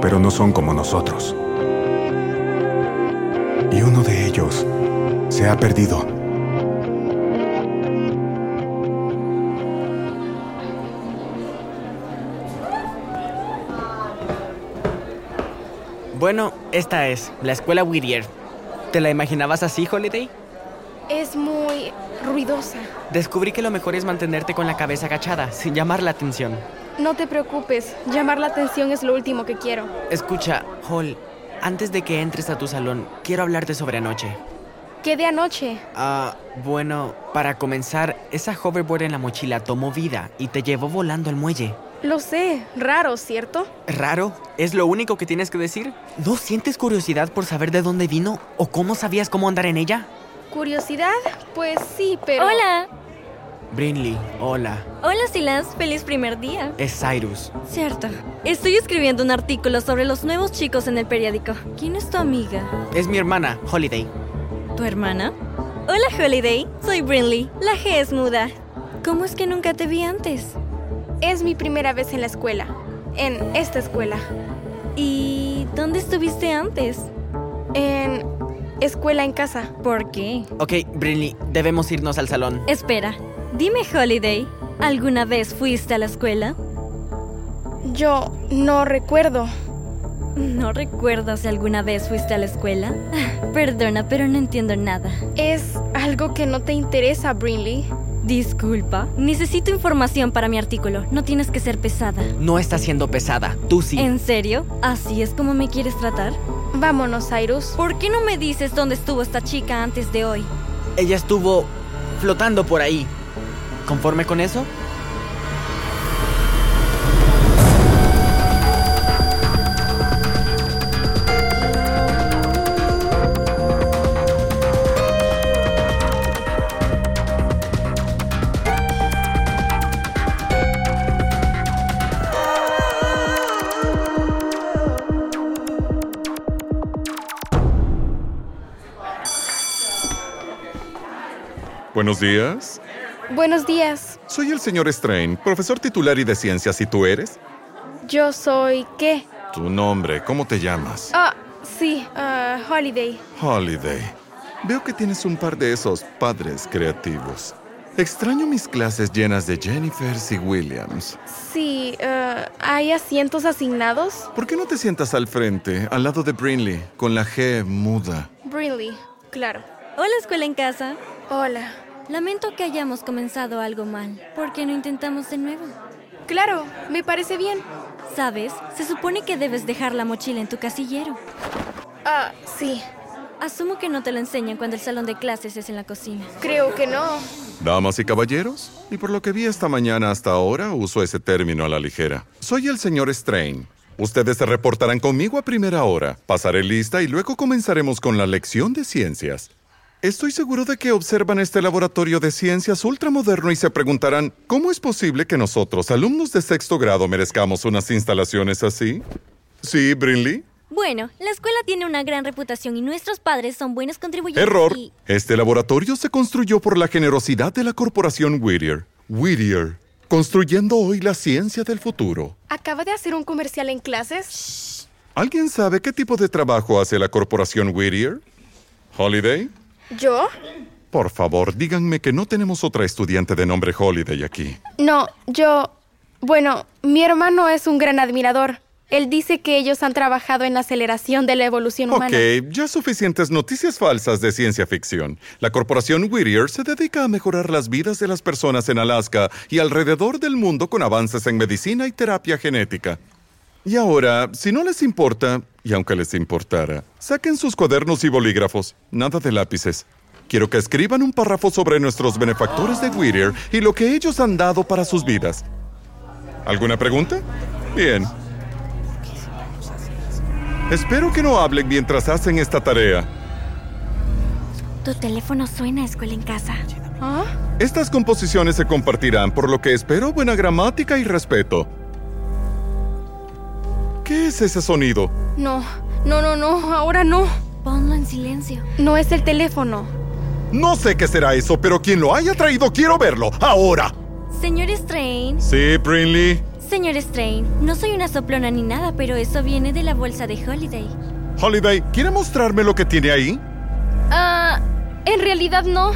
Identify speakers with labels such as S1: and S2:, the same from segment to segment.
S1: pero no son como nosotros. Y uno de ellos se ha perdido.
S2: Bueno, esta es la escuela Whittier. ¿Te la imaginabas así, Holiday?
S3: Es muy ruidosa.
S2: Descubrí que lo mejor es mantenerte con la cabeza agachada, sin llamar la atención.
S3: No te preocupes, llamar la atención es lo último que quiero.
S2: Escucha, Hall, antes de que entres a tu salón, quiero hablarte sobre anoche.
S3: ¿Qué de anoche?
S2: Ah, bueno, para comenzar, esa hoverboard en la mochila tomó vida y te llevó volando al muelle.
S3: Lo sé, raro, ¿cierto?
S2: ¿Raro? ¿Es lo único que tienes que decir? ¿No sientes curiosidad por saber de dónde vino o cómo sabías cómo andar en ella?
S3: ¿Curiosidad? Pues sí, pero...
S4: Hola,
S2: Brinley, hola,
S4: hola Silas, feliz primer día.
S2: es Cyrus.
S4: Cierto, estoy escribiendo un artículo sobre los nuevos chicos en el periódico. ¿Quién es tu amiga?
S2: Es mi hermana, Holiday.
S4: ¿Tu hermana? Hola Holiday, soy Brinley, la G es muda. ¿Cómo es que nunca te vi antes?
S3: Es mi primera vez en la escuela. En esta escuela.
S4: ¿Y dónde estuviste antes?
S3: En... Escuela en casa.
S4: ¿Por qué?
S2: Ok, Brinley, debemos irnos al salón.
S4: Espera, dime Holiday, ¿alguna vez fuiste a la escuela?
S3: Yo no recuerdo.
S4: No recuerdo si alguna vez fuiste a la escuela. Ah, Perdona, pero no entiendo nada.
S3: Es algo que no te interesa, Brinley.
S4: Disculpa. Necesito información para mi artículo. No tienes que ser pesada.
S2: No está siendo pesada, tú sí.
S4: ¿En serio? ¿Así es como me quieres tratar?
S3: Vámonos, Cyrus.
S4: ¿Por qué no me dices dónde estuvo esta chica antes de hoy?
S2: Ella estuvo flotando por ahí. ¿Conforme con eso?
S5: Buenos días.
S3: Buenos días.
S5: Soy el señor Strain, profesor titular y de ciencias. ¿Y tú eres?
S3: Yo soy... ¿Qué?
S5: Tu nombre, ¿cómo te llamas?
S3: Ah, sí. ah, Holiday.
S5: Holiday. Veo que tienes un par de esos padres creativos. Extraño mis clases llenas de Jennifers y Williams.
S3: Sí, ah, ¿hay asientos asignados?
S5: ¿Por qué no te sientas al frente, al lado de Brinley, con la G muda?
S3: Brinley, claro.
S4: Hola, escuela en casa.
S3: Hola.
S4: Lamento que hayamos comenzado algo mal. ¿Por qué no intentamos de nuevo?
S3: Claro, me parece bien.
S4: Sabes, se supone que debes dejar la mochila en tu casillero.
S3: Ah, sí.
S4: Asumo que no te lo enseñan cuando el salón de clases es en la cocina.
S3: Creo que no.
S5: Damas y caballeros, y por lo que vi esta mañana hasta ahora, uso ese término a la ligera. Soy el señor Strain. Ustedes se reportarán conmigo a primera hora. Pasaré lista y luego comenzaremos con la lección de ciencias. Estoy seguro de que observan este laboratorio de ciencias ultramoderno y se preguntarán, ¿cómo es posible que nosotros, alumnos de sexto grado, merezcamos unas instalaciones así? Sí, Brinley.
S4: Bueno, la escuela tiene una gran reputación y nuestros padres son buenos contribuyentes.
S5: Error.
S4: y-
S5: Este laboratorio se construyó por la generosidad de la corporación Whittier. Whittier, construyendo hoy la ciencia del futuro.
S3: ¿Acaba de hacer un comercial en clases?
S5: ¿Alguien sabe qué tipo de trabajo hace la corporación Whittier? ¿Holiday?
S3: ¿Yo?
S5: Por favor, díganme que no tenemos otra estudiante de nombre Holiday aquí.
S3: No, yo... Bueno, mi hermano es un gran admirador. Él dice que ellos han trabajado en la aceleración de la evolución humana.
S5: Ok, ya suficientes noticias falsas de ciencia ficción. La corporación Whittier se dedica a mejorar las vidas de las personas en Alaska y alrededor del mundo con avances en medicina y terapia genética. Y ahora, si no les importa, y aunque les importara, saquen sus cuadernos y bolígrafos, nada de lápices. Quiero que escriban un párrafo sobre nuestros benefactores de Whittier y lo que ellos han dado para sus vidas. ¿Alguna pregunta? Bien. Espero que no hablen mientras hacen esta tarea.
S4: Tu teléfono suena a escuela en casa.
S3: ¿Ah?
S5: Estas composiciones se compartirán, por lo que espero buena gramática y respeto. ¿Qué es ese sonido?
S3: No, no, no, no, ahora no.
S4: Ponlo en silencio.
S3: No es el teléfono.
S5: No sé qué será eso, pero quien lo haya traído quiero verlo, ahora.
S4: Señor Strange,
S5: Sí, Brinley.
S4: señor Strange, no soy una soplona ni nada, pero eso viene de la bolsa de Holiday.
S5: Holiday, ¿quiere mostrarme lo que tiene ahí?
S3: Ah, en realidad no.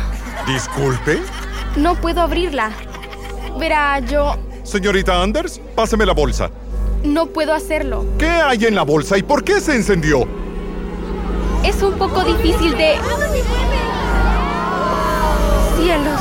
S5: Disculpe.
S3: No puedo abrirla. Verá, yo
S5: Señorita Anders, páseme la bolsa.
S3: no puedo hacerlo.
S5: ¿Qué hay en la bolsa y por qué se encendió?
S3: Es un poco difícil de... Cielos.